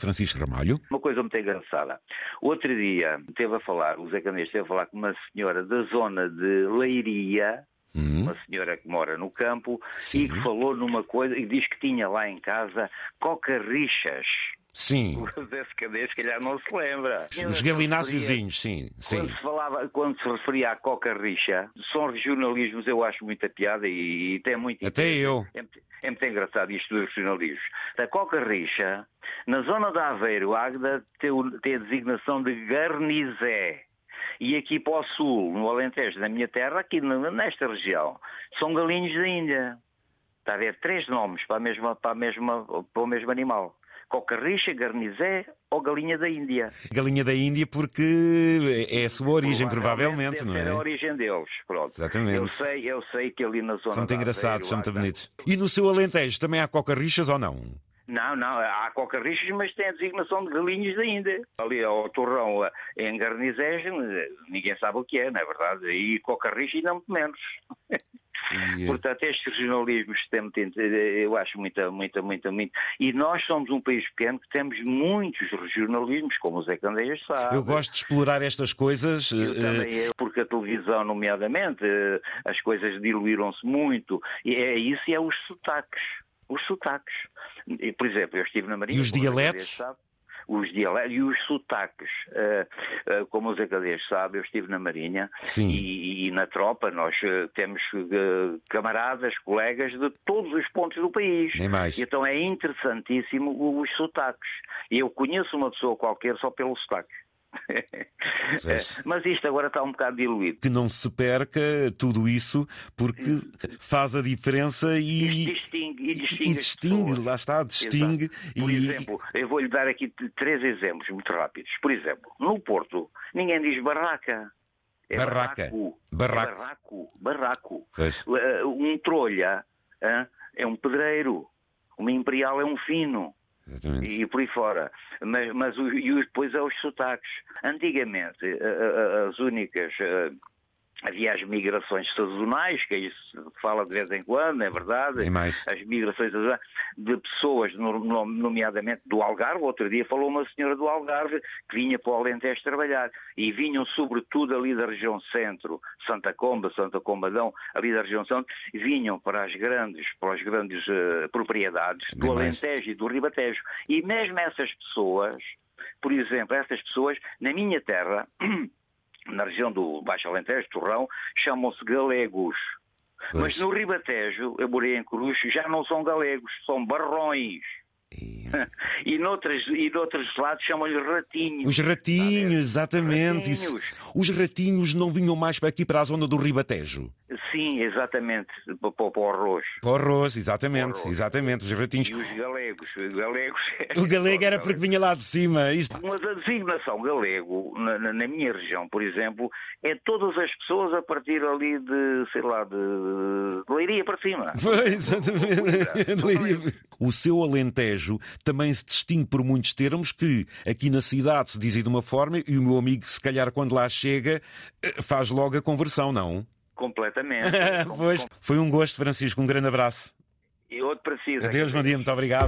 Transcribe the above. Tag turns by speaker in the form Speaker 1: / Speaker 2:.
Speaker 1: Francisco Ramalho.
Speaker 2: Uma coisa muito engraçada. Outro dia teve a falar, o Zé Canês esteve a falar com uma senhora da zona de Leiria,
Speaker 1: Hum.
Speaker 2: uma senhora que mora no campo,
Speaker 1: Sim.
Speaker 2: e que falou numa coisa, e diz que tinha lá em casa cocarrichas.
Speaker 1: Sim.
Speaker 2: O Zé Canês, se calhar, não se lembra.
Speaker 1: Os galináceozinhos, sim. sim.
Speaker 2: Quando se falava, quando se referia à coca-richa, são regionalismos, eu acho muita piada e, e tem muito
Speaker 1: Até eu.
Speaker 2: é muito, é muito engraçado isto dos regionalismos. A coca-richa, na zona de Aveiro, a Águeda tem, o- tem a designação de garnizé. E aqui para o sul, no Alentejo, na minha terra, aqui n- nesta região, são galinhos da Índia. Está a ver três nomes para, a mesma, para, a mesma, para o mesmo animal. Cocarricha, garnizé ou galinha da Índia.
Speaker 1: Galinha da Índia, porque é a sua origem, provavelmente,
Speaker 2: deve
Speaker 1: não
Speaker 2: ser a
Speaker 1: é?
Speaker 2: origem deles, pronto.
Speaker 1: Exatamente.
Speaker 2: Eu sei, eu sei que ali na zona.
Speaker 1: São muito
Speaker 2: da
Speaker 1: engraçados,
Speaker 2: Aveiro,
Speaker 1: são muito
Speaker 2: há-
Speaker 1: bonitos. E no seu Alentejo também há cocarrichas ou não?
Speaker 2: Não, não, há cocarrichas, mas tem a designação de galinhos ainda. Ali ao torrão eh, em Garnizés, eh, ninguém sabe o que é, não é verdade? E cocarricha ainda muito menos.
Speaker 1: E, eh,
Speaker 2: Portanto, estes regionalismos têm muito, inte- eh, eu acho muita, muita, muita, muito. E nós somos um país pequeno que temos muitos regionalismos, como o Zé Candeias sabe.
Speaker 1: Eu gosto de explorar estas coisas.
Speaker 2: Eu
Speaker 1: eh, eh,
Speaker 2: também, eu, porque a televisão, nomeadamente, eh, as coisas diluíram-se muito. E é isso e é os sotaques. Os sotaques. E, por exemplo, eu estive na Marinha.
Speaker 1: E os
Speaker 2: como o Zé
Speaker 1: dialetos?
Speaker 2: Cadeias sabe, Os dialetos e os sotaques. Eh, eh, como o Zé Cadeias sabe, eu estive na Marinha
Speaker 1: Sim.
Speaker 2: e, e na tropa nós eh, temos eh, camaradas, colegas de todos os pontos do país.
Speaker 1: Nem mais.
Speaker 2: Então é interessantíssimo o- os sotaques. Eu conheço uma pessoa qualquer só pelo sotaque.
Speaker 1: Vês?
Speaker 2: Mas isto agora está um bocado diluído.
Speaker 1: Que não se perca tudo isso, porque faz a diferença e.
Speaker 2: Distingue,
Speaker 1: e-
Speaker 2: e
Speaker 1: e
Speaker 2: distingue, as pessoas.
Speaker 1: lá está, distingue.
Speaker 2: Por
Speaker 1: e-
Speaker 2: exemplo, eu vou-lhe dar aqui t- três exemplos muito rápidos. Por exemplo, no Porto, ninguém diz barraca. É
Speaker 1: Barraca.
Speaker 2: barraco.
Speaker 1: Barraco.
Speaker 2: É barraco. Barraco.
Speaker 1: Vês?
Speaker 2: Eh, Um trolha hã, é um pedreiro. Uma imperial é um fino.
Speaker 1: Exatamente.
Speaker 2: E por aí fora. Mas, mas o- e os- depois há os sotaques. Antigamente, a- a- as únicas. eh, Havia as migrações sazonais, que é isso se fala de vez em quando, é verdade.
Speaker 1: Nem mais.
Speaker 2: As migrações sazonais de pessoas, no- no- nomeadamente do Algarve. Outro dia falou uma senhora do Algarve que vinha para o Alentejo trabalhar. E vinham, sobretudo, ali da região centro, Santa Comba, Santa Combadão, ali da região centro, e vinham para as grandes, para as grandes eh, propriedades do
Speaker 1: Nem mais.
Speaker 2: Alentejo. Alentejo e do Ribatejo. E mesmo essas pessoas, por exemplo, essas pessoas, na minha terra, na região do Baixo Alentejo, Torrão, chamam-se galegos.
Speaker 1: Pois.
Speaker 2: Mas no Ribatejo, eu morei em Cruz, já não são galegos, são barrões.
Speaker 1: E-
Speaker 2: E noutros, e noutros lados chamam-lhe ratinhos.
Speaker 1: Os ratinhos, exatamente. isso.
Speaker 2: Ratinhos.
Speaker 1: Os ratinhos não vinham mais para aqui para a zona do Ribatejo.
Speaker 2: Sim, exatamente, para o arroz.
Speaker 1: Para o arroz, exatamente,
Speaker 2: Para o arroz.
Speaker 1: exatamente, os ratinhos.
Speaker 2: E os galegos, galegos... é
Speaker 1: O galego era porque vinha lá de cima. Isto...
Speaker 2: Mas a designação galego, na, na- na minha região, por exemplo, é todas as pessoas a partir ali de, sei lá, de, de Leiria para cima.
Speaker 1: Foi,
Speaker 2: é.
Speaker 1: exatamente. O seu Alentejo também se distingue por muitos termos que aqui na cidade se dizem de uma forma e o meu amigo, se calhar, quando lá chega, eh, faz logo a conversão, não?
Speaker 2: Completamente.
Speaker 1: pois. Foi um gosto, Francisco. Um grande abraço.
Speaker 2: E outro precisa. é,
Speaker 1: Adeus, bom dia, muito obrigado.